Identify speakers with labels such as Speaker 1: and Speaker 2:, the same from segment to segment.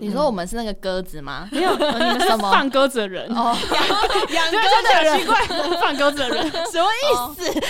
Speaker 1: 你说我们是那个鸽子吗？
Speaker 2: 嗯
Speaker 1: 哦
Speaker 2: 没有，你们是
Speaker 1: 什么
Speaker 2: 放鸽子的人，
Speaker 1: 哦，
Speaker 2: 养鸽的人奇怪，放鸽子的人。
Speaker 1: 什么 意思？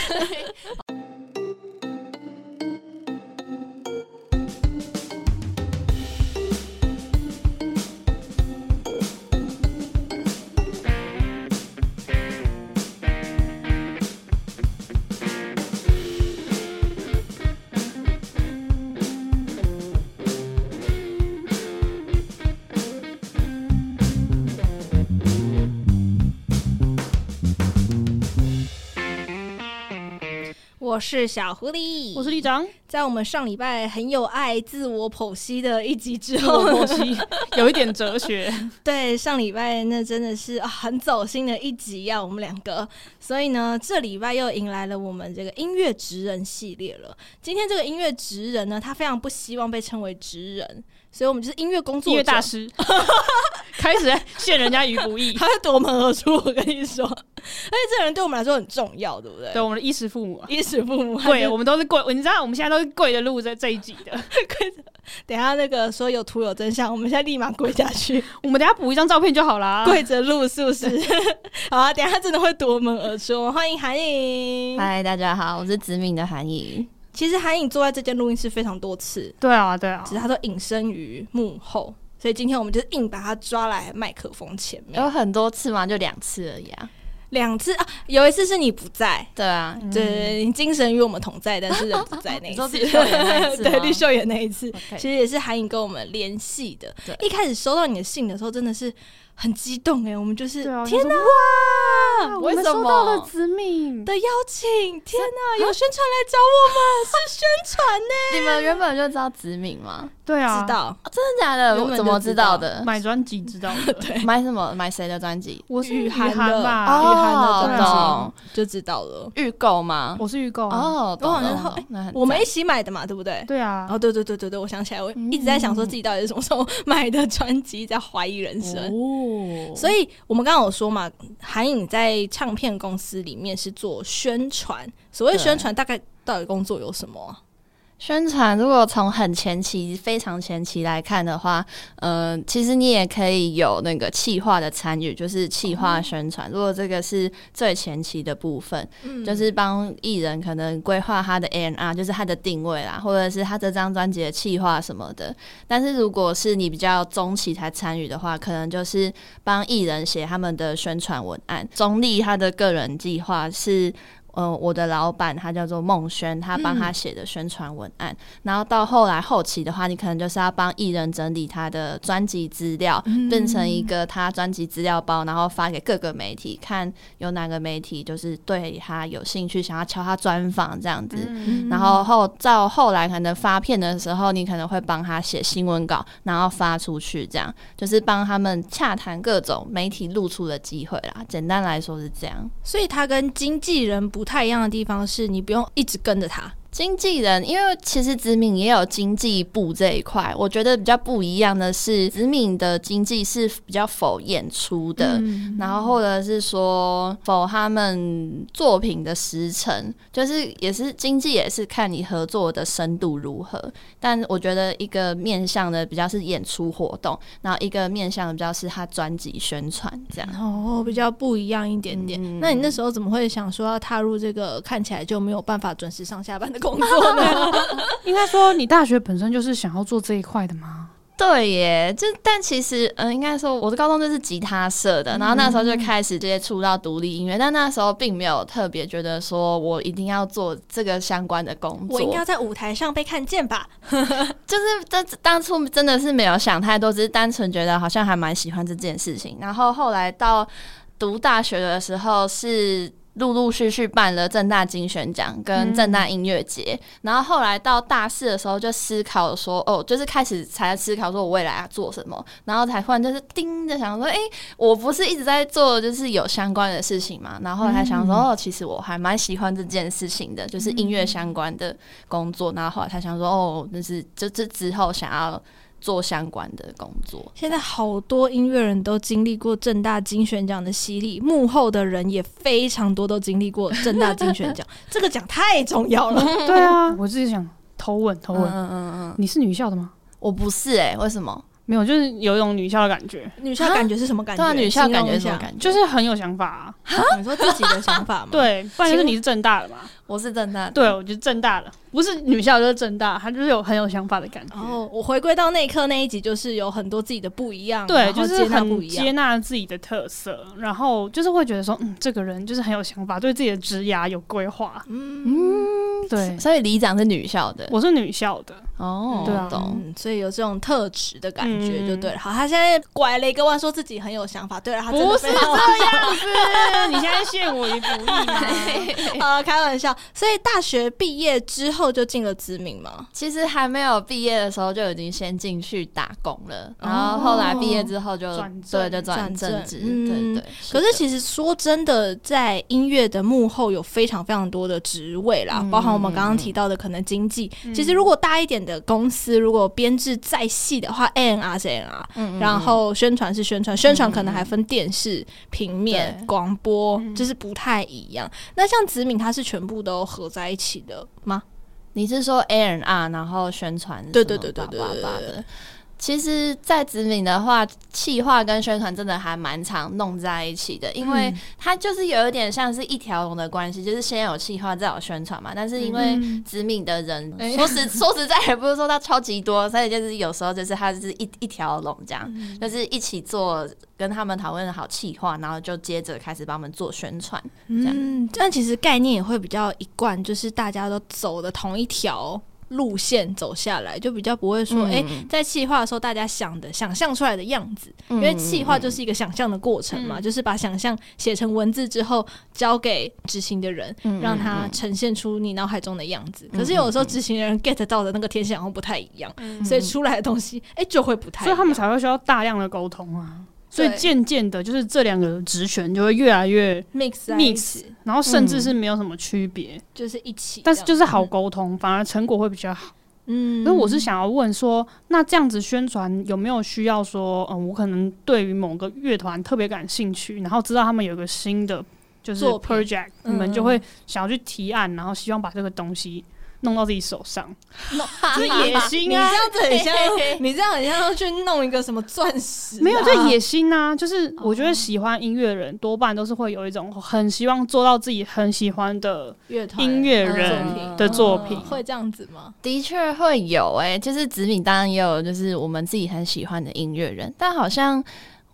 Speaker 3: 我是小狐狸，
Speaker 2: 我是立长，
Speaker 3: 在我们上礼拜很有爱自我剖析的一集之
Speaker 2: 自我
Speaker 3: 后，
Speaker 2: 剖析有一点哲学，
Speaker 3: 对上礼拜那真的是、啊、很走心的一集呀、我们两个。所以呢，这礼拜又迎来了我们这个音乐职人系列了。今天这个音乐职人呢，他非常不希望被称为职人，所以我们就是音乐工作
Speaker 2: 音乐
Speaker 3: 者
Speaker 2: 大师开始在陷人家于不义，
Speaker 3: 他会夺门而出。我跟你说，而且这个人对我们来说很重要，对不对？
Speaker 2: 对我们的衣食父母啊。
Speaker 3: 衣食父母，他
Speaker 2: 贵，
Speaker 3: 就
Speaker 2: 我们都是贵，你知道我们现在都是贵的录这这一集的。
Speaker 3: 等一下那个说有图有真相，我们现在立马跪下去。
Speaker 2: 我们等一下补一张照片就 好啦。
Speaker 3: 跪着录是不是？ 好啊，等一下真的会夺门而出。欢迎韩颖。
Speaker 1: 嗨，大家好，我是子敏的韩颖。
Speaker 3: 其实韩颖坐在这间录音室非常多次，
Speaker 2: 对啊，对啊
Speaker 3: 只，是她都隐身于幕后，所以今天我们就是硬把她抓来麦克风前面
Speaker 2: 哦
Speaker 1: 有很多次吗？就两次而已啊。
Speaker 3: 两次啊，有一次是你不在。
Speaker 1: 对啊，
Speaker 3: 对对对，你精神与我们同在，但是人不在那一
Speaker 1: 你说
Speaker 3: 次，
Speaker 1: 绿 秀妍那一次吗
Speaker 3: 对绿秀妍那一次，
Speaker 1: OK
Speaker 3: 其实也是韩颖跟我们联系的
Speaker 1: 对。
Speaker 3: 一开始收到你的信的时候，真的是很激动哎、我们就是
Speaker 2: 对啊
Speaker 3: 天
Speaker 2: 就
Speaker 3: 哪，
Speaker 2: 啊
Speaker 1: 为什么
Speaker 2: 我们收到了子命？
Speaker 3: 的邀请，天哪！有宣传来找我们，是宣传呢、
Speaker 1: 你们原本就知道子敏吗？
Speaker 2: 对啊，
Speaker 3: 知道
Speaker 1: 哦真的假的？
Speaker 3: 原
Speaker 1: 我
Speaker 3: 本就
Speaker 1: 怎么知道的？
Speaker 2: 买专辑知道的。对，
Speaker 1: 买什么？买谁的专辑？
Speaker 2: 我是
Speaker 3: 雨
Speaker 2: 雨
Speaker 3: 涵
Speaker 2: 涵
Speaker 3: 的
Speaker 2: 吧？
Speaker 3: 哦雨涵的
Speaker 2: 啊
Speaker 3: 专辑
Speaker 1: 哦
Speaker 3: 就知道了。
Speaker 1: 懂预购吗？
Speaker 2: 我是预购啊。
Speaker 1: 哦，懂
Speaker 3: 我好像
Speaker 1: 懂
Speaker 3: 后哎
Speaker 1: 懂那很
Speaker 3: 我们
Speaker 1: 赞
Speaker 3: 一起买的嘛，对不对？
Speaker 2: 对啊，
Speaker 3: 哦，对对对对对，我想起来，我一直在想说自己到底是什么时候买的专辑，在怀疑人生。
Speaker 2: 哦，
Speaker 3: 所以我们刚刚有说嘛，韩颖在唱片公司里面是做宣传，所谓
Speaker 1: 对
Speaker 3: 宣传大概到底工作有什么啊、
Speaker 1: 宣传如果从很前期、非常前期来看的话，呃，其实你也可以有那个企划的参与，就是企
Speaker 3: 哦
Speaker 1: 划宣传。如果这个是最前期的部分，
Speaker 3: 嗯
Speaker 1: 就是帮艺人可能规划他的 A N R，就是他的定位啦，或者是他这张专辑的企划什么的。但是如果是你比较中期才参与的话，可能就是帮艺人写他们的宣传文案。中立他的个人计划是。呃，我的老板他叫做孟轩，他帮他写的宣传文案。然后到后来后期的话，你可能就是要帮艺人整理他的专辑资料，变成一个他专辑资料包，然后发给各个媒体看有哪个媒体就是对他有兴趣，想要敲他专访这样子。嗯
Speaker 2: 嗯
Speaker 1: 然后后到后来可能发片的时候，你可能会帮他写新闻稿，然后发出去，这样就是帮他们洽谈各种媒体露出的机会啦。简单来说是这样。
Speaker 3: 所以他跟经纪人不太一样的地方是你不用一直跟着他，
Speaker 1: 经纪人，因为其实子敏也有经济部这一块，我觉得比较不一样的是，子敏的经济是比较否演出的，
Speaker 2: 嗯
Speaker 1: 然后或者是说否他们作品的时程，就是也是经济也是看你合作的深度如何。但我觉得一个面向的比较是演出活动，然后一个面向的比较是他专辑宣传这样。
Speaker 3: 哦，比较不一样一点点。
Speaker 1: 嗯
Speaker 3: 那你那时候怎么会想说要踏入这个看起来就没有办法准时上下班的工作呢？
Speaker 2: 应该说你大学本身就是想要做这一块的吗？
Speaker 1: 对耶，就但其实，嗯、应该说我的高中就是吉他社的，然后那时候
Speaker 3: 嗯
Speaker 1: 就开始接触到独立音乐，但那时候并没有特别觉得说我一定要做这个相关的工作。
Speaker 3: 我应该在舞台上被看见吧？
Speaker 1: 就是这当初真的是没有想太多，只是单纯觉得好像还蛮喜欢这件事情。然后后来到读大学的时候是。陆陆续续办了正大金选奖跟正大音乐节，然后后来到大四的时候就思考说，哦，就是开始才思考说我未来要做什么，然后才忽然就是叮着想说，诶，我不是一直在做就是有相关的事情嘛，然后后来想说，哦，其实我还蛮喜欢这件事情的，就是音乐相关的工作，然后后来才想说，哦，就是这这之后想要做相关的工作。
Speaker 3: 现在好多音乐人都经历过正大金选奖的洗礼，幕后的人也非常多都经历过正大金 选奖，这个奖太重要了。
Speaker 2: 对啊，我自己想头吻头
Speaker 1: 嗯
Speaker 2: 吻。
Speaker 1: 嗯嗯，
Speaker 2: 你是女校的吗？
Speaker 1: 我不是哎、为什么？
Speaker 2: 没有，就是有一种女校的感觉，
Speaker 3: 女校感觉是什么感觉？
Speaker 1: 对啊，女校感觉是
Speaker 3: 形
Speaker 1: 什
Speaker 3: 容
Speaker 1: 么
Speaker 3: 一下
Speaker 1: 感觉？
Speaker 2: 就是很有想法、啊。
Speaker 3: 你说自己的想法吗？，
Speaker 2: 对，不然就是你是正大的嘛？
Speaker 1: 我是正大的，
Speaker 2: 对，我觉得正大的不是女校就是正大，她就是有很有想法的感觉。
Speaker 3: 然后我回归到那一刻那一集，就是有很多自己的不一样，
Speaker 2: 对，
Speaker 3: 然后
Speaker 2: 就是
Speaker 3: 接纳不
Speaker 2: 很
Speaker 3: 一
Speaker 2: 接
Speaker 3: 样。
Speaker 2: 纳自己的特色，然后就是会觉得说，嗯，这个人就是很有想法，对自己的职涯有规划。
Speaker 3: 嗯，
Speaker 2: 对，
Speaker 1: 所以里长是女校的
Speaker 2: 我是女校的，
Speaker 1: 哦，
Speaker 2: 对啊
Speaker 1: 懂。
Speaker 3: 嗯，所以有这种特质的感觉就对了。
Speaker 2: 嗯
Speaker 3: 好，他现在拐了一个弯，说自己很有想法。对了，啊他真的
Speaker 2: 不是
Speaker 3: 非
Speaker 2: 这
Speaker 3: 常
Speaker 2: 样子。你现在陷我于不义吗？
Speaker 3: 呃，开玩笑。所以大学毕业之后就进了知名嘛，
Speaker 1: 其实还没有毕业的时候就已经先进去打工了，然后后来毕业之后就
Speaker 2: 转正
Speaker 1: 对就转正
Speaker 3: 转正
Speaker 1: 职，
Speaker 3: 嗯
Speaker 1: 对对。
Speaker 3: 可是
Speaker 1: 的
Speaker 3: 其实说真的，在音乐的幕后有非常非常多的职位啦，
Speaker 1: 嗯
Speaker 3: 包含我们刚刚提到的可能经济。
Speaker 2: 嗯
Speaker 3: 其实如果大一点的公司，如果编制再细的话，N R 是 N R，
Speaker 1: 嗯嗯
Speaker 3: 然后宣传是宣传，宣传可能还
Speaker 1: 嗯
Speaker 3: 分电视、平面、
Speaker 1: 对
Speaker 3: 广播，
Speaker 2: 嗯
Speaker 3: 就是不太一样。那像子敏，他是全部都合在一起的吗？
Speaker 1: 你是说 A N R，然后宣传
Speaker 3: 对对
Speaker 1: 什么
Speaker 3: 对对对
Speaker 1: 叭叭
Speaker 3: 对
Speaker 1: 叭
Speaker 3: 对
Speaker 1: 的。其实，在子敏的话，企划跟宣传真的还蛮常弄在一起的，因
Speaker 3: 嗯
Speaker 1: 为它就是有一点像是一条龙的关系，就是先有企划，再有宣传嘛。但是因为
Speaker 2: 嗯
Speaker 1: 子敏的人，
Speaker 2: 哎
Speaker 1: 说实 说实在也不是说他超级多，所以就是有时候就是他就是一一条龙这样，
Speaker 3: 嗯
Speaker 1: 就是一起做，跟他们讨论好企划，然后就接着开始帮我们做宣传。这样
Speaker 3: 嗯，但其实概念也会比较一贯，就是大家都走的同一条路线走下来，就比较不会说，
Speaker 1: 嗯
Speaker 3: 哎、在企划的时候大家想的想象出来的样子，因为企划就是一个想象的过程嘛，
Speaker 2: 嗯
Speaker 3: 就是把想象写成文字之后交给执行的人，
Speaker 1: 嗯
Speaker 3: 让它呈现出你脑海中的样子。可是有的时候执行的人 get 到的那个天线好像不太一样，
Speaker 2: 嗯
Speaker 3: 所以出来的东西哎、就会不太一
Speaker 2: 所以
Speaker 3: 样。
Speaker 2: 他们才会需要大量的沟通啊。所以
Speaker 3: 对
Speaker 2: 渐渐的，就是这两个职权就会越来越，
Speaker 3: mix 在一
Speaker 2: mix
Speaker 3: 起
Speaker 2: 然后甚至是没有什么区别，
Speaker 3: 就是一起这样，
Speaker 2: 但是就是好沟通，反而成果会比较好。
Speaker 3: 嗯，
Speaker 2: 那、我是想要问说，那这样子宣传有没有需要说，嗯、我可能对于某个乐团特别感兴趣，然后知道他们有个新的就是
Speaker 3: 作品
Speaker 2: project，你们就会想要去提案，然后希望把这个东西弄到自己手上，这是野
Speaker 3: 你
Speaker 2: 心
Speaker 3: 这
Speaker 2: 啊。
Speaker 3: 样子 很像
Speaker 1: 嘿嘿，嘿
Speaker 3: 你这样很像要去弄一个什么钻石啊，
Speaker 2: 没有，这野心啊，就是我觉得喜欢音乐人多半都是会有一种很希望做到自己很喜欢的
Speaker 3: 乐团
Speaker 2: 音乐
Speaker 1: 人
Speaker 2: 的作品
Speaker 3: 嗯会这样子吗？
Speaker 1: 的确会有诶、就是子敏当然也有，就是我们自己很喜欢的音乐人，但好像。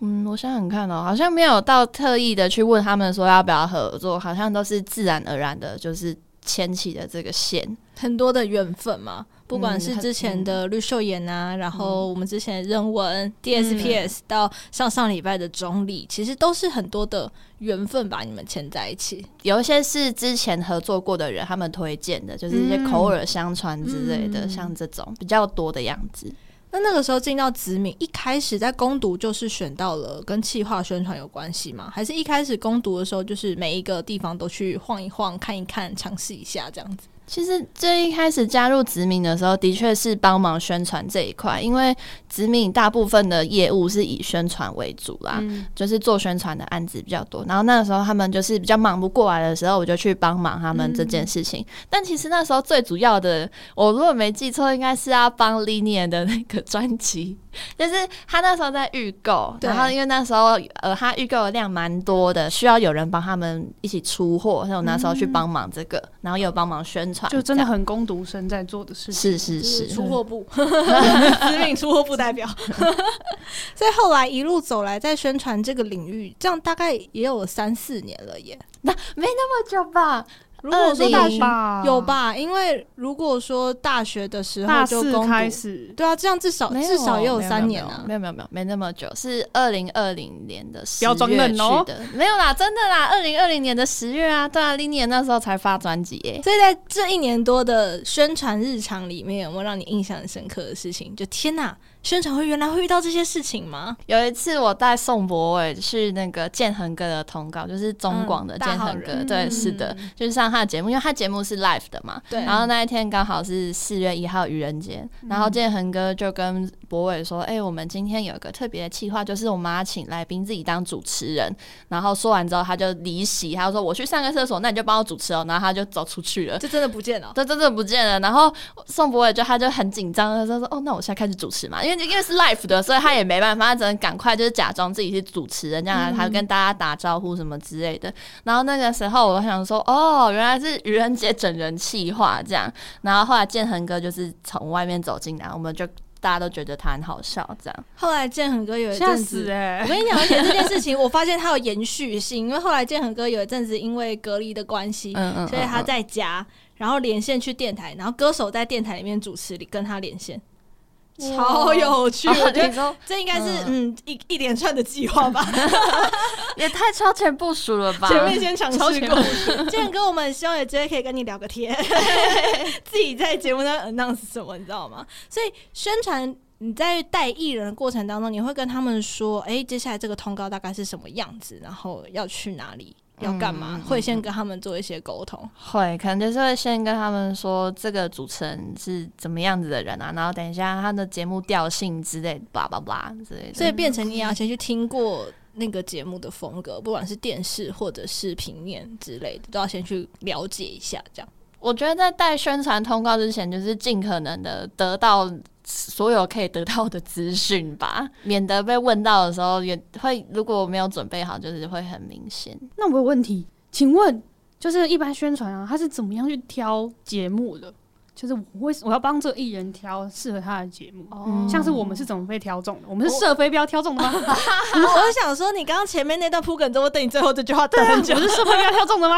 Speaker 1: 嗯，我想想看哦，好像没有到特意的去问他们说要不要合作，好像都是自然而然的，就是牵起的这个线。
Speaker 3: 很多的缘分嘛，不管是
Speaker 1: 很
Speaker 3: 之前的绿秀妍啊，然后我们之前的任文、DSPS 到上上礼拜的中立，其实都是很多的缘分把你们牵在一起。
Speaker 1: 有一些是之前合作过的人他们推荐的，就是一些口耳相传之类的，
Speaker 3: 嗯
Speaker 1: 像这种比较多的样子。
Speaker 3: 那那个时候进到子敏，一开始在攻读就是选到了跟企划宣传有关系吗？还是一开始攻读的时候，就是每一个地方都去晃一晃、看一看、尝试一下这样子？
Speaker 1: 其实最一开始加入子敏的时候，的确是帮忙宣传这一块，因为子敏大部分的业务是以宣传为主啦，
Speaker 2: 嗯
Speaker 1: 就是做宣传的案子比较多。然后那个时候他们就是比较忙不过来的时候，我就去帮忙他们这件事情。但其实那时候最主要的，我如果没记错，应该是要帮 Linear 的那个专辑，就是他那时候在预购，
Speaker 3: 对
Speaker 1: 然后因为那时候呃他预购的量蛮多的，需要有人帮他们一起出货，所以我那时候去帮忙这个，然后也有帮忙宣传，
Speaker 2: 就真的
Speaker 1: 这样
Speaker 2: 很攻读生在做的事情。
Speaker 1: 是是
Speaker 3: 就是
Speaker 1: 是。嗯
Speaker 3: 出货部， 子敏出货部代表。 所以后来一路走来，在宣传这个领域，这样大概也有三四年了耶。
Speaker 1: 那没那么久吧？
Speaker 3: 如果说大
Speaker 1: 20
Speaker 3: 学
Speaker 2: 吧
Speaker 3: 有？吧，因为如果说大学的时
Speaker 2: 大
Speaker 3: 候就
Speaker 2: 四
Speaker 3: 攻
Speaker 2: 开
Speaker 3: 读，
Speaker 2: 始，
Speaker 3: 对啊，这样至少
Speaker 1: 没有哦
Speaker 3: 至少也有
Speaker 1: 没
Speaker 3: 三年啊
Speaker 1: 没。有没有没有没那么久，是二零二零年的十
Speaker 2: 要装
Speaker 1: 月
Speaker 2: 嫩
Speaker 1: 去
Speaker 2: 哦
Speaker 1: 的，没有啦，真的啦，二零二零年的十月啊，对啊，零年那时候才发专辑耶。
Speaker 3: 所以在这一年多的宣传日常里面，有没有让你印象很深刻的事情？就天哪，宣传会原来会遇到这些事情吗？
Speaker 1: 有一次我带宋博伟去那个建恒哥的通告，就是中广的
Speaker 3: 嗯
Speaker 1: 建
Speaker 3: 大好
Speaker 1: 恒哥，
Speaker 3: 人
Speaker 1: 对，是的，
Speaker 2: 嗯
Speaker 1: 就是上他的节目，因为他节目是 live 的嘛。
Speaker 3: 对
Speaker 1: 然后那一天刚好是四月一号愚人节，然后建恒哥就跟博伟说：“哎、我们今天有一个特别的企划，就是我们要请来宾自己当主持人。”然后说完之后，他就离席，他就说：“我去上个厕所，那你就帮我主持哦。”然后他就走出去了。
Speaker 3: 这真的不见了。
Speaker 1: 这真的不见了。然后宋博伟就他就很紧张，他就说：“哦，那我现在开始主持嘛，因为因为因为是 live 的，所以他也没办法，他只能赶快就是假装自己是主持人，这样啊他跟大家打招呼什么之类的。然后那个时候我想说，哦，原来是愚人节整人气话这样。然后后来建恒哥就是从外面走进来，我们就大家都觉得他很好笑这样。
Speaker 3: 后来建恒哥有一
Speaker 2: 吓
Speaker 3: 阵
Speaker 2: 死
Speaker 3: 子。
Speaker 2: 哎、
Speaker 3: 我跟你讲，而且这件事情，我发现它有延续性，因为后来建恒哥有一阵子因为隔离的关系，
Speaker 1: 嗯嗯，
Speaker 3: 所以他
Speaker 1: 嗯
Speaker 3: 在家，然后连线去电台，然后歌手在电台里面主持，跟他连线，
Speaker 2: 哇
Speaker 3: 超有趣。
Speaker 1: 哦
Speaker 3: 我觉
Speaker 1: 你
Speaker 3: 得
Speaker 1: 说
Speaker 3: 这应该是嗯一一连串的计划吧，
Speaker 1: 也太超前部署了吧？
Speaker 3: 前面先尝
Speaker 2: 超
Speaker 3: 试
Speaker 2: 前
Speaker 3: 过。 建哥，我们希望有机会可以跟你聊 个天，自己在节目上 announce 什么，你知道吗？所以宣传。你在带艺人的过程当中，你会跟他们说：“哎、接下来这个通告大概是什么样子，然后要去哪里，要干嘛？”
Speaker 1: 嗯嗯嗯
Speaker 3: 会先跟他们做一些沟通。
Speaker 1: 会，可能就是会先跟他们说这个主持人是怎么样子的人啊，然后等一下他的节目调性之类，叭叭叭之类的。
Speaker 3: 所以变成你也要先去听过那个节目的风格，不管是电视或者是平面之类的，都要先去了解一下。这样，
Speaker 1: 我觉得在带宣传通告之前，就是尽可能的得到所有可以得到的资讯吧，免得被问到的时候也会，如果没有准备好，就是会很明显。
Speaker 2: 那我有问题，请问就是一般宣传啊，他是怎么样去挑节目的？就是我为我要帮这个艺人挑适合他的节目，
Speaker 1: 嗯
Speaker 2: 像是我们是怎么被挑中的？我们是射飞镖挑中的吗？
Speaker 3: 我
Speaker 1: 啊
Speaker 3: 就想说，你刚刚前面那段铺梗，之后，我等你最后这句话等很久
Speaker 2: 我。是射飞镖挑中的吗？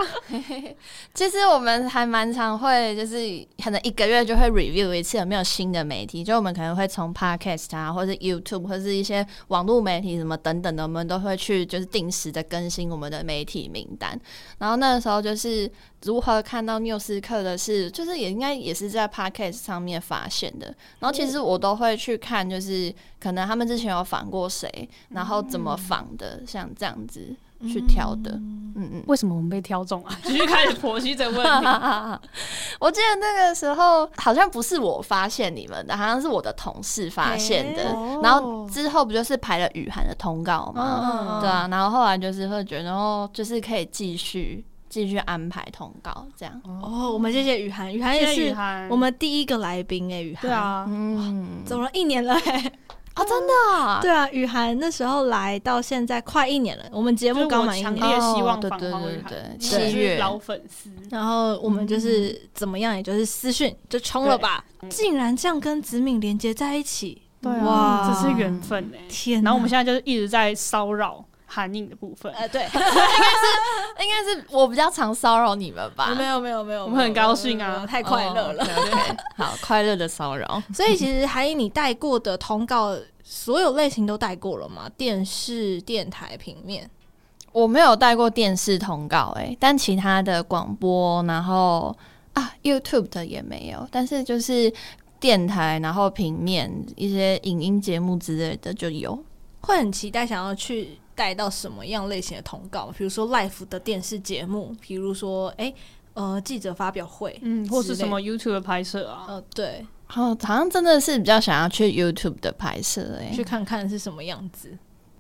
Speaker 1: 其实我们还蛮常会，就是可能一个月就会 review 一次有没有新的媒体，就我们可能会从 podcast 啊，或是 YouTube，或是一些网络媒体什么等等的，我们都会去就是定时的更新我们的媒体名单。然后那个时候就是如何看到缪斯克的是，就是也应该也是在 podcast 上面发现的。然后其实我都会去看，就是可能他们之前有访过谁，然后怎么访的，像这样子去挑的。嗯嗯。
Speaker 2: 为什么我们被挑中啊？ 继续开始剖析这个问题。
Speaker 1: 我记得那个时候好像不是我发现你们的，好像是我的同事发现的。
Speaker 3: 欸
Speaker 2: 哦
Speaker 1: 然后之后不就是排了雨涵的通告吗？
Speaker 3: 哦
Speaker 2: 嗯
Speaker 1: 对啊，然后后来就是会觉得，然后就是可以继续继续安排通告这样。
Speaker 3: 哦，我们谢谢雨涵，雨涵
Speaker 2: 谢
Speaker 3: 也
Speaker 2: 谢雨
Speaker 3: 是
Speaker 2: 涵，
Speaker 3: 我们第一个来宾哎、雨涵。
Speaker 2: 对，啊，
Speaker 1: 嗯，
Speaker 3: 走了一年 了、欸。
Speaker 1: 啊，真的啊、
Speaker 3: 对啊，雨涵那时候来到现在快一年了，我们节目刚满一
Speaker 2: 就是
Speaker 3: 年
Speaker 2: 我。强烈希望
Speaker 1: 哦对
Speaker 2: 访
Speaker 1: 对
Speaker 2: 黄
Speaker 1: 对
Speaker 2: 伟
Speaker 1: 对
Speaker 2: 涵，
Speaker 1: 七
Speaker 2: 你是
Speaker 1: 月
Speaker 2: 老粉丝，
Speaker 3: 然后我们就是怎么样，也就是私讯就冲了吧，
Speaker 2: 对嗯
Speaker 3: 竟然这样跟子敏连接在一起，
Speaker 2: 啊哇，
Speaker 3: 哇，
Speaker 2: 这是缘分哎。
Speaker 3: 天哪！
Speaker 2: 然后我们现在就是一直在骚扰韩影的部分，
Speaker 3: 呃，对，
Speaker 1: 应该是我比较常骚扰你们吧？
Speaker 3: 没有没有没 有，
Speaker 2: 我们很高兴啊
Speaker 3: 没有没有太快乐了。
Speaker 1: 哦 OK，OK，好，快乐的骚扰。
Speaker 3: 所以其实韩颖，你带过的通告，所有类型都带过了吗？电视、电台、平面，
Speaker 1: 我没有带过电视通告、欸，但其他的广播，然后啊，YouTube 的也没有，但是就是电台，然后平面一些影音节目之类的就有。
Speaker 3: 会很期待想要去带到什么样类型的通告？比如说 l i f e 的电视节目，比如说哎、诶呃记者发表会，
Speaker 2: 嗯，或是
Speaker 3: 之类
Speaker 2: 什么 YouTube 的拍摄啊，
Speaker 3: 呃对，
Speaker 1: 哦，好像真的是比较想要去 YouTube 的拍摄、欸，
Speaker 3: 去看看是什么样子。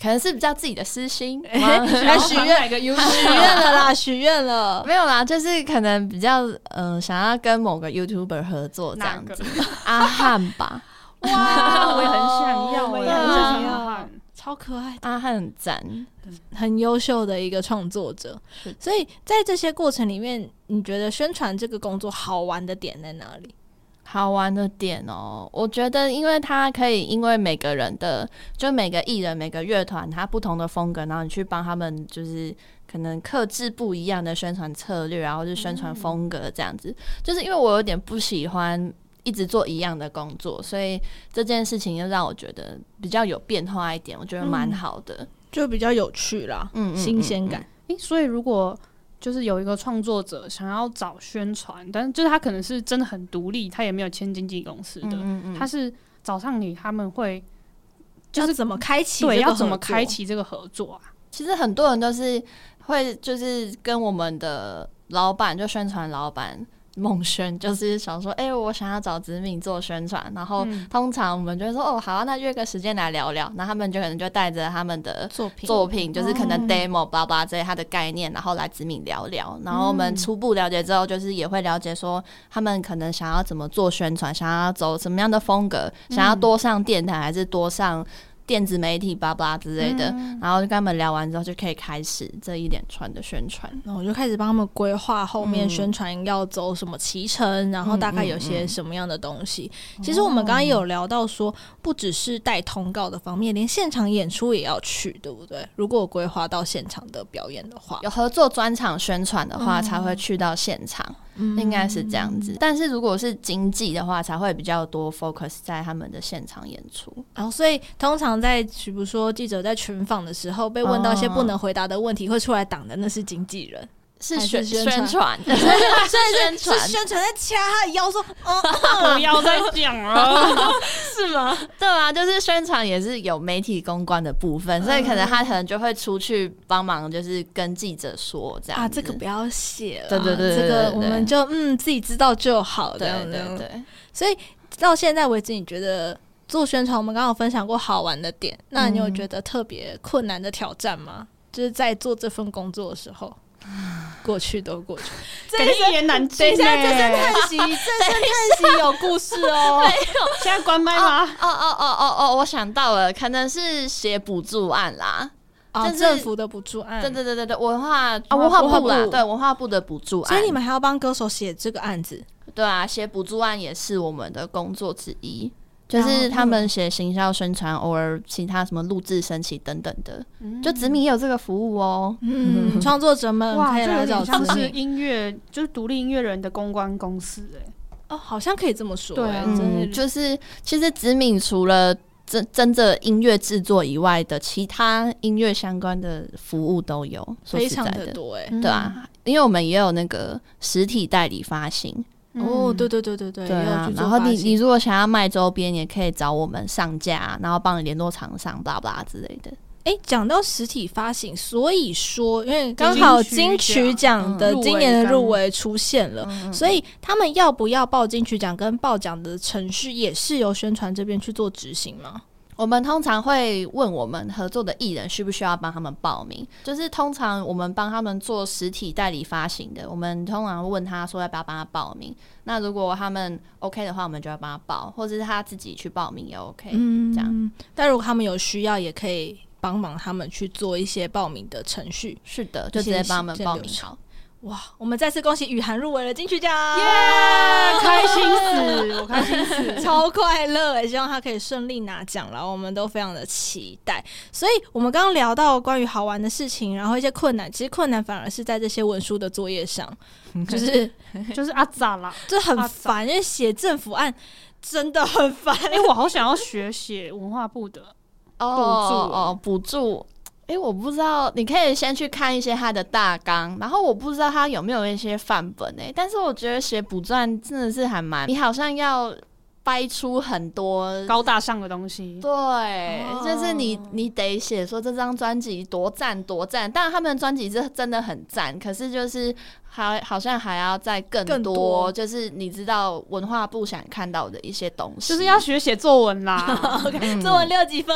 Speaker 1: 可能是比较自己的私心。
Speaker 2: 呃
Speaker 3: 来许愿
Speaker 2: 哪个 YouTube？
Speaker 3: 许愿了啦， 许愿了。
Speaker 1: 没有啦，就是可能比较呃，想要跟某个 YouTuber 合作这
Speaker 2: 哪
Speaker 1: 样
Speaker 2: 个
Speaker 1: 子，？阿汉吧，
Speaker 2: 哇， 我也很想要，
Speaker 3: 我也
Speaker 1: 很
Speaker 3: 想
Speaker 2: 要
Speaker 3: 要，超可爱的
Speaker 1: 阿汉很赞。
Speaker 3: 很优秀的一个创作者，所以在这些过程里面，你觉得宣传这个工作好玩的点在哪里？
Speaker 1: 好玩的点哦，我觉得，因为它可以因为每个人的，就每个艺人、每个乐团，它不同的风格，然后你去帮他们，就是可能克制不一样的宣传策略，然后就宣传风格这样子。就是因为我有点不喜欢一直做一样的工作，所以这件事情又让我觉得比较有变化一点，我觉得蛮好的。
Speaker 3: 就比较有趣啦，
Speaker 1: 嗯，嗯嗯
Speaker 3: 新鲜感。
Speaker 2: 诶，所以如果就是有一个创作者想要找宣传，但就是他可能是真的很独立，他也没有签经纪公司的，
Speaker 1: 嗯嗯嗯
Speaker 2: 他是找上你，他们会
Speaker 3: 就是怎么开启？
Speaker 2: 对要怎么开？启这个合作啊？
Speaker 1: 其实很多人都是会就是跟我们的老板就宣传老板梦宣，就是想说，哎、我想要找子敏做宣传，然后
Speaker 2: 嗯
Speaker 1: 通常我们就会说，哦，好、啊，那约个时间来聊聊，那他们就可能就带着他们的
Speaker 4: 作品
Speaker 1: 作品，就是可能
Speaker 2: 哦
Speaker 1: demo 巴拉这类它的概念，然后来子敏聊聊，然后我们
Speaker 2: 嗯
Speaker 1: 初步了解之后，就是也会了解说他们可能想要怎么做宣传，想要走什么样的风格，想要多上电台还是多上电子媒体巴拉之类的，然后就跟他们聊完之后就可以开始这一连串的宣传。
Speaker 3: 那我就开始帮他们规划后面
Speaker 1: 嗯
Speaker 3: 宣传要走什么骑程，然后大概有些
Speaker 1: 嗯嗯哦
Speaker 3: 什么样的东西。其实我们刚刚也有聊到说，不只是带通告的方面，连现场演出也要去，对不对？如果我规划到现场的表演的话，
Speaker 1: 有合作专场宣传的话，
Speaker 3: 嗯
Speaker 1: 才会去到现场，
Speaker 3: 嗯
Speaker 1: 应该是这样子。但是如果是经济的话，才会比较多 focus 在他们的现场演出。
Speaker 3: 然后，所以通常在比如说记者在群访的时候，被问到一些不
Speaker 1: 哦
Speaker 3: 能回答的问题，会出来挡的那是经纪人，
Speaker 1: 是
Speaker 3: 还是
Speaker 1: 宣
Speaker 3: 宣
Speaker 1: 宣
Speaker 3: 传
Speaker 1: 传， 是 宣
Speaker 3: 是
Speaker 1: 传，
Speaker 3: 宣传在掐他的腰说，哦
Speaker 2: 不要再讲了。
Speaker 1: 是吗？对啊，就是宣传也是有媒体公关的部分，所以可
Speaker 3: 嗯
Speaker 1: 能他可能就会出去帮忙，就是跟记者说这样
Speaker 3: 啊，
Speaker 1: 子
Speaker 3: 这个不要写了，
Speaker 1: 对对对对
Speaker 3: 这个
Speaker 1: 对对
Speaker 3: 我们就嗯自己知道就好，这
Speaker 1: 对
Speaker 3: 样这样
Speaker 1: 对对。
Speaker 3: 所以到现在为止，你觉得做宣传，我们刚刚有分享过好玩的点，那你有觉得特别困难的挑战吗？就是在做这份工作的时候，过去都过去。这
Speaker 2: 感
Speaker 3: 一
Speaker 2: 觉一
Speaker 3: 声
Speaker 2: 言难
Speaker 3: 等
Speaker 2: 尽
Speaker 3: 一
Speaker 2: 呢。
Speaker 3: 下，这声叹息，这声叹息有故事哦。
Speaker 2: 现在关麦
Speaker 1: 哦
Speaker 2: 吗？
Speaker 1: 哦哦哦哦哦，我想到了，可能是写补助案啦。
Speaker 3: 啊，
Speaker 1: 就是
Speaker 3: 政府的补助案，
Speaker 1: 对对对对对，文化啊
Speaker 3: 嗯文
Speaker 1: 文
Speaker 3: 化
Speaker 1: 化
Speaker 3: 部
Speaker 1: 部啦
Speaker 3: 部，
Speaker 1: 对文化部的补助案。
Speaker 3: 所以你们还要帮歌手写这个案子，
Speaker 1: 对啊，写补助案也是我们的工作之一，就
Speaker 3: 然后嗯
Speaker 1: 是他们写行销宣传，偶尔其他什么录制申请等等的，
Speaker 2: 嗯
Speaker 1: 就子敏也有这个服务哦。
Speaker 3: 嗯，创作者们
Speaker 2: 哇，
Speaker 3: 可以
Speaker 2: 这有
Speaker 3: 来
Speaker 2: 点
Speaker 3: 找
Speaker 2: 像
Speaker 3: 子
Speaker 2: 是
Speaker 3: 敏
Speaker 2: 音乐，就是独立音乐人的公关公司哎、
Speaker 3: 哦，好像可以这么说，
Speaker 2: 对啊
Speaker 3: 哎
Speaker 2: 嗯
Speaker 3: 真的
Speaker 1: 就是其实子敏除了真真的音乐制作以外的其他音乐相关的服务都有，说
Speaker 3: 非
Speaker 1: 实在
Speaker 3: 常的
Speaker 1: 的，
Speaker 3: 多哎。
Speaker 2: 嗯
Speaker 1: 对啊，因为我们也有那个实体代理发行，
Speaker 2: 嗯
Speaker 3: 哦，对对对对对，
Speaker 1: 对
Speaker 3: 也有
Speaker 1: 啊
Speaker 3: 去，做
Speaker 1: 然后你
Speaker 3: 发
Speaker 1: 你
Speaker 3: 行
Speaker 1: 如果想要卖周边，也可以找我们上架，然后帮你联络厂商，巴拉巴拉之类的。
Speaker 3: 诶，讲到实体发行，所以说，因为
Speaker 2: 金
Speaker 3: 刚好
Speaker 2: 曲
Speaker 3: 金曲奖
Speaker 1: 奖
Speaker 3: 的
Speaker 2: 嗯
Speaker 3: 今年的入
Speaker 2: 入
Speaker 3: 围嗯出现了，所以他们要不要报金曲奖跟报奖的程序，也是由宣传这边去做执行吗？
Speaker 1: 我们通常会问我们合作的艺人需不需要帮他们报名，就是通常我们帮他们做实体代理发行的，我们通常会问他说要不要帮他报名。那如果他们 OK 的话，我们就要帮他报，或者是他自己去报名也 OK。
Speaker 3: 嗯
Speaker 1: 这样。
Speaker 3: 但如果他们有需要，也可以帮忙他们去做一些报名的程序。
Speaker 1: 是的，就直接帮他们报名好。
Speaker 3: 哇，我们再次恭喜雨涵入围了金曲奖，
Speaker 2: 啊开心死， 我开心 死。
Speaker 3: 超快乐也希望他可以顺利拿奖了，我们都非常的期待。所以，我们刚刚聊到关于好玩的事情，然后一些困难，其实困难反而是在这些文书的作业上，就是
Speaker 2: 就是阿咋 啦？
Speaker 3: 就很
Speaker 2: 啊
Speaker 3: 烦，因为写政府案真的很烦。
Speaker 2: 哎、我好想要学写文化部的，
Speaker 1: 哦哦，补助。诶，我不知道，你可以先去看一些他的大纲，然后我不知道他有没有一些范本诶、但是我觉得写补传真的是还蛮，你好像要掰出很多
Speaker 3: 嗯
Speaker 2: 高大上的东西。
Speaker 1: 对，就是你
Speaker 3: 哦，
Speaker 1: 你得写说这张专辑多赞多赞，但他们的专辑是真的很赞，可是就是还好像还要再更多，
Speaker 3: 更多
Speaker 1: 就是你知道文化部想看到的一些东西，
Speaker 2: 就是要学写作文啦，
Speaker 1: 嗯
Speaker 3: 作文六几分，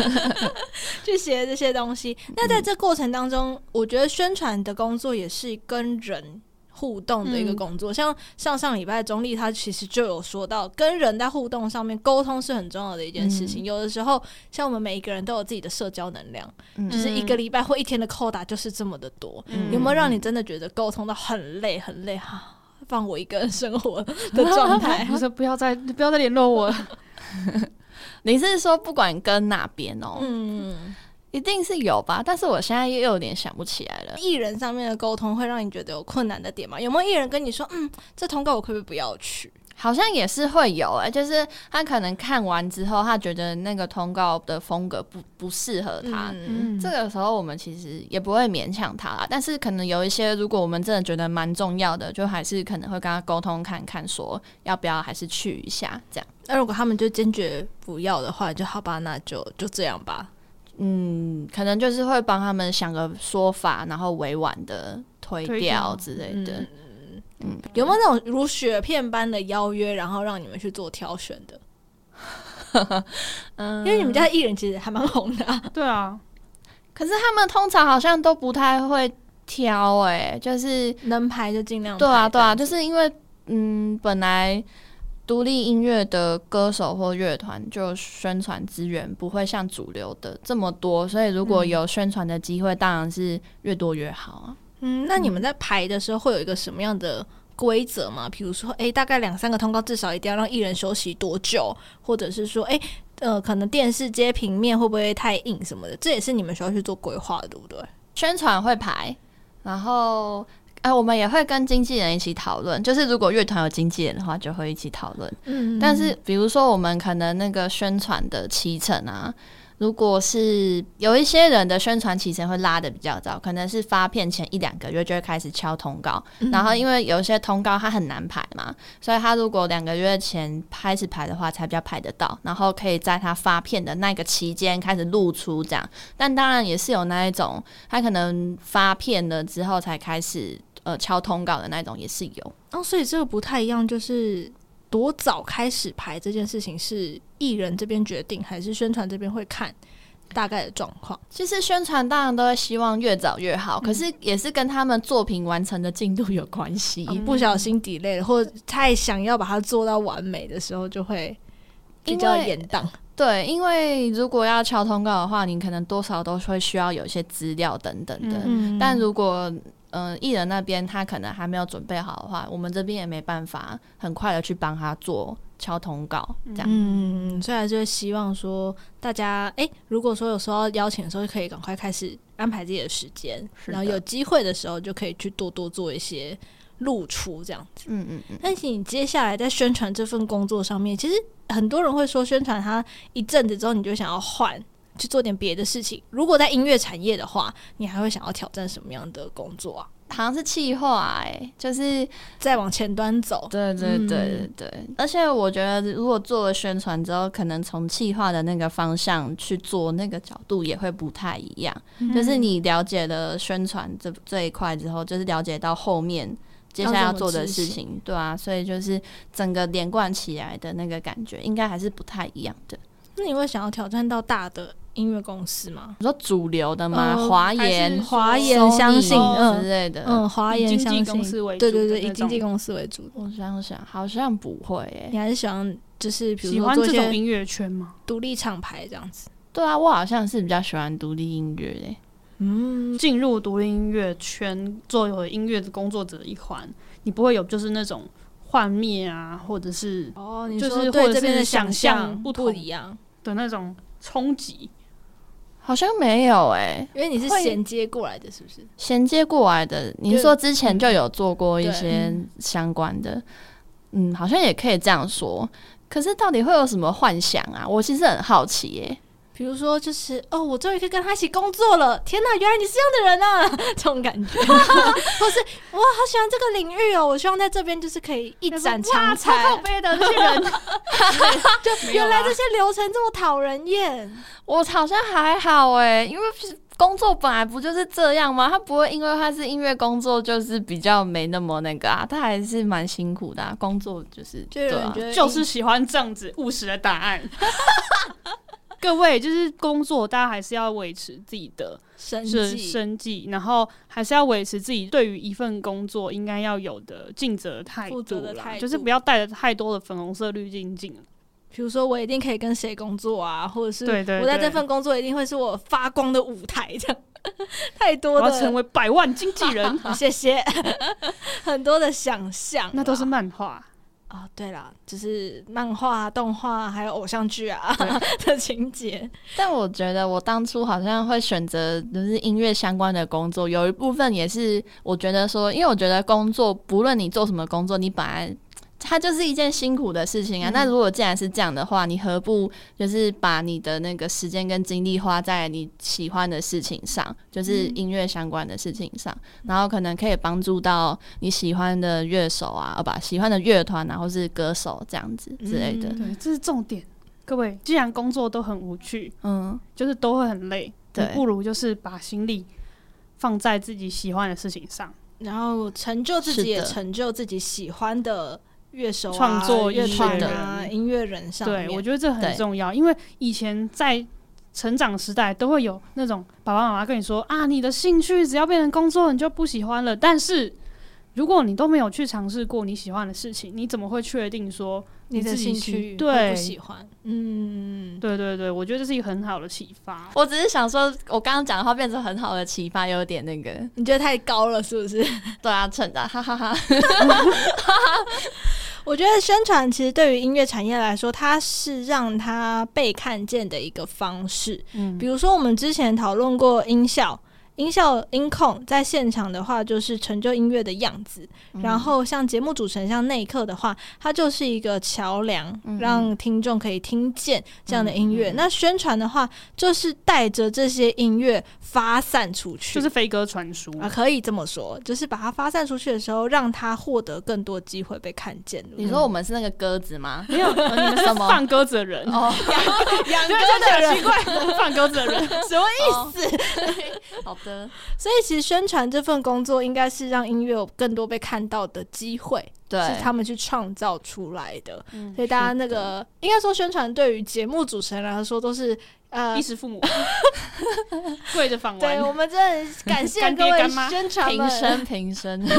Speaker 3: 去写这些东西。那在这过程当中，我觉得宣传的工作也是跟人互动的一
Speaker 1: 嗯
Speaker 3: 个工作。像上上礼拜中立他其实就有说到，跟人在互动上面沟通是很重要的一件事情。有的时候，像我们每一个人都有自己的社交能量，
Speaker 1: 嗯
Speaker 3: 就是一个礼拜或一天的扣打就是这么的多。
Speaker 1: 嗯
Speaker 3: 有没有让你真的觉得沟通到很累很累哈、放我一个人生活的
Speaker 2: 嗯
Speaker 3: 状 态
Speaker 2: 不是不要再不要再联络我了，
Speaker 1: 你是说不管跟哪边哦，
Speaker 3: 嗯，
Speaker 1: 一定是有吧？但是我现在又有点想不起来了。
Speaker 3: 艺人上面的沟通会让你觉得有困难的点吗？有没有艺人跟你说，嗯，这通告我可不可以不要去？
Speaker 1: 好像也是会有哎、就是他可能看完之后，他觉得那个通告的风格不不适合他，
Speaker 3: 嗯，
Speaker 1: 这个时候我们其实也不会勉强他啦，但是可能有一些，如果我们真的觉得蛮重要的，就还是可能会跟他沟通看看，说要不要还是去一下这样。
Speaker 3: 那如果他们就坚决不要的话，就好吧，那就就这样吧。
Speaker 1: 嗯，可能就是会帮他们想个说法，然后委婉的推
Speaker 2: 推
Speaker 1: 掉
Speaker 2: 掉
Speaker 1: 之类的。
Speaker 2: 嗯
Speaker 1: 嗯，
Speaker 3: 有没有那种如雪片般的邀约，然后让你们去做挑选的？
Speaker 1: 嗯
Speaker 3: 因为你们家的艺人其实还蛮红的、啊，
Speaker 2: 对啊，
Speaker 1: 可是他们通常好像都不太会挑、哎，就是
Speaker 3: 能排就尽量
Speaker 1: 对啊，
Speaker 3: 排
Speaker 1: 对啊，
Speaker 3: 这样
Speaker 1: 就是因为嗯，本来独立音乐的歌手或乐团就宣传资源不会像主流的这么多，所以如果
Speaker 2: 嗯
Speaker 1: 有宣传的机会，当然是越多越好啊。
Speaker 3: 嗯，那你们在排的时候会有一个什么样的规则吗？比如说，诶，大概两三个通告至少一定要让艺人休息多久，或者是说，诶，呃，可能电视接平面会不会太硬什么的，这也是你们需要去做规划的，对不对？
Speaker 1: 宣传会排，然后。哎、我们也会跟经纪人一起讨论，就是如果乐团有经纪人的话，就会一起讨论。
Speaker 3: 嗯
Speaker 1: 但是比如说我们可能那个宣传的期程啊，如果是有一些人的宣传期程会拉的比较早，可能是发片前一两个月就会开始敲通告，然后因为有一些通告它很难排嘛，所以他如果两个月前开始排的话，才比较排得到，然后可以在他发片的那个期间开始露出这样。但当然也是有那一种，他可能发片了之后才开始呃敲通告的那种也是有。
Speaker 3: 哦，所以这个不太一样，就是多早开始排这件事情是艺人这边决定，还是宣传这边会看大概的状况？
Speaker 1: 其实宣传当然都会希望越早越好，可是也是跟他们作品完成的进度有关系。
Speaker 3: 一嗯不小心 delay 了，或者太想要把它做到完美的时候，就会比较
Speaker 1: 因为
Speaker 3: 延宕。
Speaker 1: 对，因为如果要敲通告的话，你可能多少都会需要有一些资料等等的。
Speaker 3: 嗯
Speaker 1: 但如果嗯艺、人那边他可能还没有准备好的话，我们这边也没办法很快的去帮他做敲通告这样。
Speaker 3: 嗯，所以还是会希望说大家，诶，如果说有收到邀请的时候，可以赶快开始安排自己的时间，
Speaker 1: 是
Speaker 3: 然后
Speaker 1: 的
Speaker 3: 有机会的时候就可以去多多做一些露出这样子。
Speaker 1: 嗯嗯嗯，
Speaker 3: 但是你接下来在宣传这份工作上面，其实很多人会说，宣传它一阵子之后，你就想要换去做点别的事情。如果在音乐产业的话，你还会想要挑战什么样的工作啊？
Speaker 1: 好像是气化哎，就是
Speaker 3: 再往前端走，
Speaker 1: 对对
Speaker 2: 嗯
Speaker 1: 对对对，而且我觉得如果做了宣传之后，可能从企划的那个方向去做那个角度也会不太一样。
Speaker 3: 嗯
Speaker 1: 就是你了解了宣传这这一块之后，就是了解到后面接下来要做的事
Speaker 3: 要怎
Speaker 1: 情，对啊，所以就是整个连贯起来的那个感觉，应该还是不太一样的。
Speaker 3: 那你会想要挑战到大的音乐公司吗？
Speaker 1: 你说主流的吗？
Speaker 3: 呃
Speaker 1: 华
Speaker 2: 还
Speaker 1: 研、
Speaker 2: 是
Speaker 3: 华研
Speaker 1: Sony
Speaker 3: 相信嗯
Speaker 1: 之类的。
Speaker 3: 嗯，华
Speaker 2: 以
Speaker 3: 研
Speaker 2: 经
Speaker 3: 相
Speaker 2: 纪
Speaker 3: 信
Speaker 2: 公司为主，
Speaker 3: 对对
Speaker 2: 的
Speaker 3: 对，以
Speaker 2: 那
Speaker 3: 经纪
Speaker 2: 种
Speaker 3: 公司为主。
Speaker 1: 我想想，好像不会欸诶、
Speaker 3: 你还是喜欢就是比如
Speaker 2: 喜
Speaker 3: 说
Speaker 2: 欢
Speaker 3: 做
Speaker 2: 这
Speaker 3: 一
Speaker 2: 种
Speaker 3: 些
Speaker 2: 音乐圈吗？
Speaker 3: 独立厂牌这样子。
Speaker 1: 对啊，我好像是比较喜欢独立音乐欸诶、
Speaker 3: 嗯，
Speaker 2: 进入独立音乐圈，作为音乐的工作者的一环，你不会有就是那种幻灭啊，或者是
Speaker 3: 哦，你
Speaker 2: 就
Speaker 3: 说
Speaker 2: 是或
Speaker 3: 对
Speaker 2: 者
Speaker 3: 这边的
Speaker 2: 是想
Speaker 3: 想
Speaker 2: 象
Speaker 3: 象
Speaker 2: 不
Speaker 3: 不
Speaker 2: 同
Speaker 3: 一样，
Speaker 2: 的那种冲击。
Speaker 1: 好像没有诶、
Speaker 3: 因为你是
Speaker 1: 会
Speaker 3: 衔接过来的，是不是？
Speaker 1: 衔接过来的，你是说之前就有做过一些
Speaker 2: 嗯
Speaker 1: 相关的，嗯，好像也可以这样说。可是到底会有什么幻想啊？我其实很好奇耶、
Speaker 3: 比如说，就是哦，我终于可以跟他一起工作了！天哪，原来你是这样的人啊！ 这种感觉，或是我好喜欢这个领域哦，我希望在这边就是可以一展长才。
Speaker 2: 悲的那些人，
Speaker 3: 就
Speaker 2: 没有啊
Speaker 3: 原来这些流程这么讨人厌，
Speaker 1: 我好像还好哎、因为工作本来不就是这样吗？他不会因为他是音乐工作，就是比较没那么那个啊，他还是蛮辛苦的、啊，工作就是
Speaker 3: 就有
Speaker 1: 对
Speaker 3: 人
Speaker 1: 啊
Speaker 3: 觉得
Speaker 2: 就是喜欢这样子务实的答 案。各位，就是工作，大家还是要维持自己的
Speaker 3: 生
Speaker 2: 是
Speaker 3: 计，
Speaker 2: 生计，然后还是要维持自己对于一份工作应该要有的尽责态
Speaker 3: 负
Speaker 2: 度
Speaker 3: 责的
Speaker 2: 啦，
Speaker 3: 态
Speaker 2: 就是
Speaker 3: 度
Speaker 2: 不要带着太多的粉红色滤镜进来。
Speaker 3: 比如说我一定可以跟谁工作啊，或者是
Speaker 2: 对对
Speaker 3: 我在
Speaker 2: 对
Speaker 3: 这份工作一定会是我发光的舞台，这样 太多
Speaker 2: 我要
Speaker 3: 的
Speaker 2: 成为百万经纪人，
Speaker 3: 谢谢， 很多的想象 啦，啊
Speaker 2: 那都是漫画。
Speaker 3: 哦，对啦，就是漫画、动画还有偶像剧啊 的情节。
Speaker 1: 但我觉得我当初好像会选择就是音乐相关的工作，有一部分也是我觉得说，因为我觉得工作不论你做什么工作，你本来。它就是一件辛苦的事情啊。
Speaker 3: 嗯
Speaker 1: 那如果既然是这样的话，你何不就是把你的那个时间跟精力花在你喜欢的事情上，就是音乐相关的事情上，然后可能可以帮助到你喜欢的乐手啊，呃，不，喜欢的乐团啊，或是歌手这样子之类的。
Speaker 3: 嗯
Speaker 2: 对，这是重点。各位，既然工作都很无趣，
Speaker 1: 嗯，
Speaker 2: 就是都会很累，你
Speaker 1: 对
Speaker 2: 不如就是把心力放在自己喜欢的事情上。
Speaker 3: 然后成就自
Speaker 1: 是
Speaker 3: 己，也
Speaker 1: 的
Speaker 3: 成就自己喜欢的乐手、啊、
Speaker 2: 创作
Speaker 3: 乐
Speaker 2: 音
Speaker 3: 团
Speaker 1: 乐
Speaker 3: 啊、
Speaker 2: 人
Speaker 3: 音乐人上面。
Speaker 2: 对，我觉得这很
Speaker 1: 对
Speaker 2: 重要，因为以前在成长时代都会有那种爸爸妈妈跟你说啊，你的兴趣只要变成工作，你就不喜欢了。但是如果你都没有去尝试过你喜欢的事情，你怎么会确定说
Speaker 3: 你的
Speaker 2: 自己
Speaker 3: 兴
Speaker 2: 喜
Speaker 3: 趣会
Speaker 2: 对
Speaker 3: 不喜欢，嗯，
Speaker 2: 对对对，我觉得这是一个很好的启发。
Speaker 1: 我只是想说，我刚刚讲的话变成很好的启发，有点那个，
Speaker 3: 你觉得太高了是不是？
Speaker 1: 对啊，趁啊，哈哈哈。
Speaker 3: 我觉得宣传其实对于音乐产业来说，它是让它被看见的一个方式。
Speaker 2: 嗯
Speaker 3: 比，如说我们之前讨论过音效。音效音控在现场的话，就是成就音乐的样子。
Speaker 1: 嗯
Speaker 3: 然后像节目主持人，像那一刻的话，它就是一个桥梁，
Speaker 1: 嗯
Speaker 3: 让听众可以听见这样的音乐。
Speaker 1: 嗯嗯嗯
Speaker 3: 那宣传的话，就是带着这些音乐发散出去，
Speaker 2: 就是飞鸽传书，
Speaker 3: 啊，可以这么说，就是把它发散出去的时候，让它获得更多机会被看见。
Speaker 1: 你说我们是那个鸽子 吗？
Speaker 2: 没有、呃你们是
Speaker 1: 什么
Speaker 2: 放鸽子的人，
Speaker 1: 哦，
Speaker 3: 养
Speaker 2: 对，真的很奇怪， 放鸽子的人，
Speaker 3: 什么
Speaker 1: 意思。好的，
Speaker 3: 哦所以其实宣传这份工作应该是让音乐有更多被看到的机会，是
Speaker 1: 对，
Speaker 3: 他们去创造出来的。
Speaker 2: 嗯
Speaker 3: 所以大家那个应该说，宣传对于节目主持人来说都是呃
Speaker 2: 衣。食 父母，跪着访
Speaker 3: 对
Speaker 2: 问。
Speaker 3: 我们真的很感谢
Speaker 2: 干爹
Speaker 3: 各位
Speaker 2: 干妈
Speaker 3: 宣传
Speaker 1: 平
Speaker 3: 们，
Speaker 1: 生平生。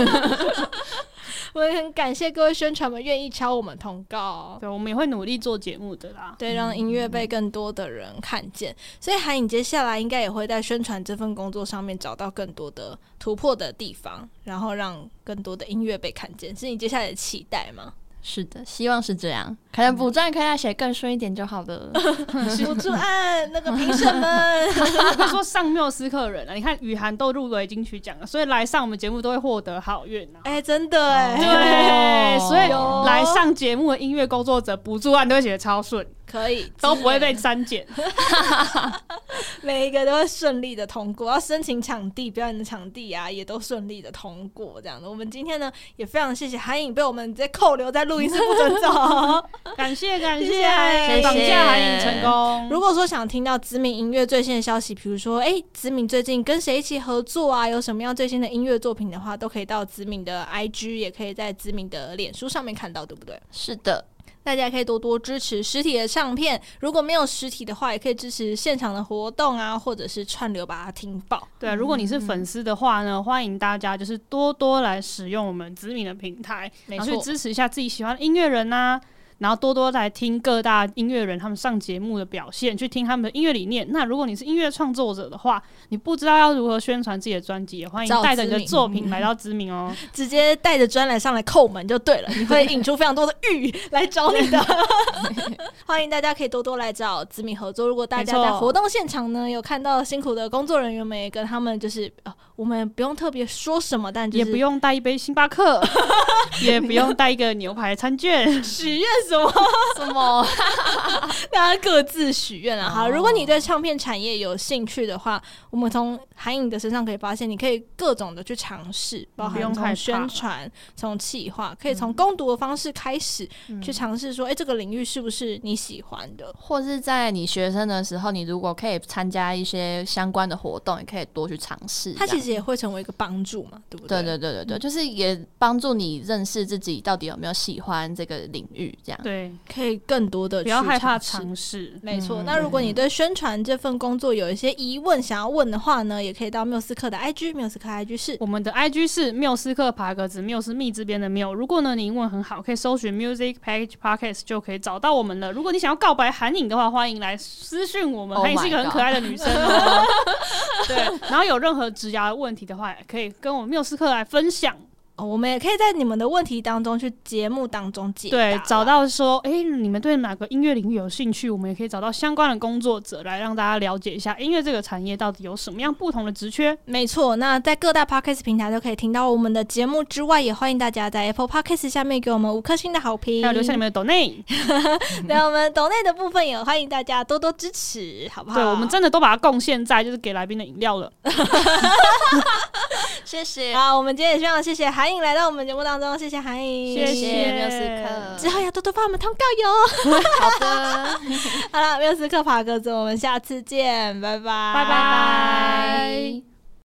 Speaker 3: 我也很感谢各位宣传们愿意敲我们通告，
Speaker 2: 对，我们也会努力做节目的啦。
Speaker 3: 对，让音乐被更多的人看见。所以韩颖接下来应该也会在宣传这份工作上面找到更多的突破的地方，然后让更多的音乐被看见，是你接下来的期待 吗？
Speaker 1: 是的，希望是这样。可能补赚可以再写更顺一点就好了。
Speaker 3: 辅助案啊那个评审们，
Speaker 2: 我跟你说上缪斯克人啊，你看雨涵都入围金曲奖了，所以来上我们节目都会获得好运啊。
Speaker 3: 哎、真的哎、
Speaker 2: 对，
Speaker 1: 哦
Speaker 2: 所以
Speaker 3: 有
Speaker 2: 来上节目的音乐工作者补助案都会写得超顺，
Speaker 3: 可以
Speaker 2: 都不会被删 减。
Speaker 3: 每一个都会顺利的通过，要申请场地、表演的场地啊，也都顺利的通过这样的。我们今天呢，也非常谢谢韩颖被我们直接扣留在录音室不准走。
Speaker 2: 感谢感
Speaker 3: 谢谢
Speaker 2: 谢，绑
Speaker 1: 谢谢
Speaker 2: 架韩影成功。
Speaker 3: 如果说想听到子敏音乐最新的消息，比如说，哎、子敏最近跟谁一起合作啊？有什么样最新的音乐作品的话，都可以到子敏的 IG，也可以在子敏的脸书上面看到，对不对？
Speaker 1: 是的，
Speaker 3: 大家可以多多支持实体的唱片，如果没有实体的话，也可以支持现场的活动啊，或者是串流把它听爆。
Speaker 2: 对，啊如果你是粉丝的话
Speaker 3: 嗯
Speaker 2: 呢，欢迎大家就是多多来使用我们子敏的平台，
Speaker 3: 没
Speaker 2: 然后去支持一下自己喜欢的音乐人呐、然后多多来听各大音乐人他们上节目的表现，去听他们的音乐理念。那如果你是音乐创作者的话，你不知道要如何宣传自己的专辑，也欢
Speaker 3: 找
Speaker 2: 迎带着你
Speaker 3: 知
Speaker 2: 的
Speaker 3: 名
Speaker 2: 作品来到知名哦。
Speaker 3: 直接带着专栏上来叩门就对了，你会引出非常多的欲来找 你的。欢迎大家可以多多来找子敏合作。如果大家
Speaker 2: 没错
Speaker 3: 在活动现场呢，有看到辛苦的工作人员们，也跟他们就是、呃，我们不用特别说什么， 但就
Speaker 2: 也
Speaker 3: 是
Speaker 2: 不用带一杯星巴 克，也不用带一个牛排餐券。
Speaker 3: 许愿什么。
Speaker 1: 什么？
Speaker 3: 大家各自许愿了哈。
Speaker 1: 哦
Speaker 3: 如果你对唱片产业有兴趣的话，我们从韩颖的身上可以发现，你可以各种的去尝试，
Speaker 2: 嗯
Speaker 3: 包
Speaker 2: 不
Speaker 3: 含
Speaker 2: 用害
Speaker 3: 从
Speaker 2: 怕嗯
Speaker 3: 宣传、从企划，可以从攻读的方式开始、
Speaker 1: 嗯
Speaker 3: 去尝试，说，哎、这个领域是不是你喜欢的？
Speaker 1: 或是在你学生的时候，你如果可以参加一些相关的活动，也可以多去尝试。
Speaker 3: 它其
Speaker 1: 这样
Speaker 3: 实也会成为一个帮助嘛，对不
Speaker 1: 对
Speaker 3: 对
Speaker 1: 对对对对，就是也帮助你认识自己到底有没有喜欢这个领域，这样。
Speaker 2: 对，
Speaker 3: 可以更多的
Speaker 2: 不要害怕
Speaker 3: 尝试。
Speaker 2: 尝试。
Speaker 3: 没错，
Speaker 1: 嗯
Speaker 3: 那如果你对宣传这份工作有一些疑问想要问的话呢，也可以到缪斯克的 IG，缪斯克 IG 是
Speaker 2: 我们的 IG 是缪斯克爬格子，缪是密这边的缪。如果呢你英文很好，可以搜寻 Music Package Podcast 就可以找到我们了。如果你想要告白韩颖的话，欢迎来私讯我们。
Speaker 1: Oh
Speaker 2: 韩颖是一个
Speaker 1: my
Speaker 2: 很可爱的女生哦。 对，然后有任何职涯的问题的话，也可以跟我们缪斯克来分享。
Speaker 3: 哦，我们也可以在你们的问题当中去节目当中解答
Speaker 2: 对
Speaker 3: 啦，
Speaker 2: 找到说，诶，你们对哪个音乐领域有兴趣，我们也可以找到相关的工作者来让大家了解一下音乐这个产业到底有什么样不同的职缺。
Speaker 3: 没错，那在各大 podcast 平台都可以听到我们的节目之外，也欢迎大家在 Apple Podcast 下面给我们五颗星的好
Speaker 1: 嗯
Speaker 3: 评，
Speaker 2: 还有留下你们的抖内，
Speaker 3: 那我们抖内的部分也欢迎大家多多支持，好不好？
Speaker 2: 对我们真的都把它贡献在就是给来宾的饮料了。
Speaker 1: 谢谢，
Speaker 3: 好，我们今天也非常谢谢韩颖来到我们节目当中，谢谢韩颖，
Speaker 1: 谢
Speaker 2: 谢
Speaker 1: 谢缪斯
Speaker 3: 之
Speaker 1: 克。
Speaker 3: 后要多多帮我们通告哟。
Speaker 1: 好的，
Speaker 3: 好了，缪斯克爬格子，我们下次见，拜拜，
Speaker 2: 拜拜
Speaker 1: 拜。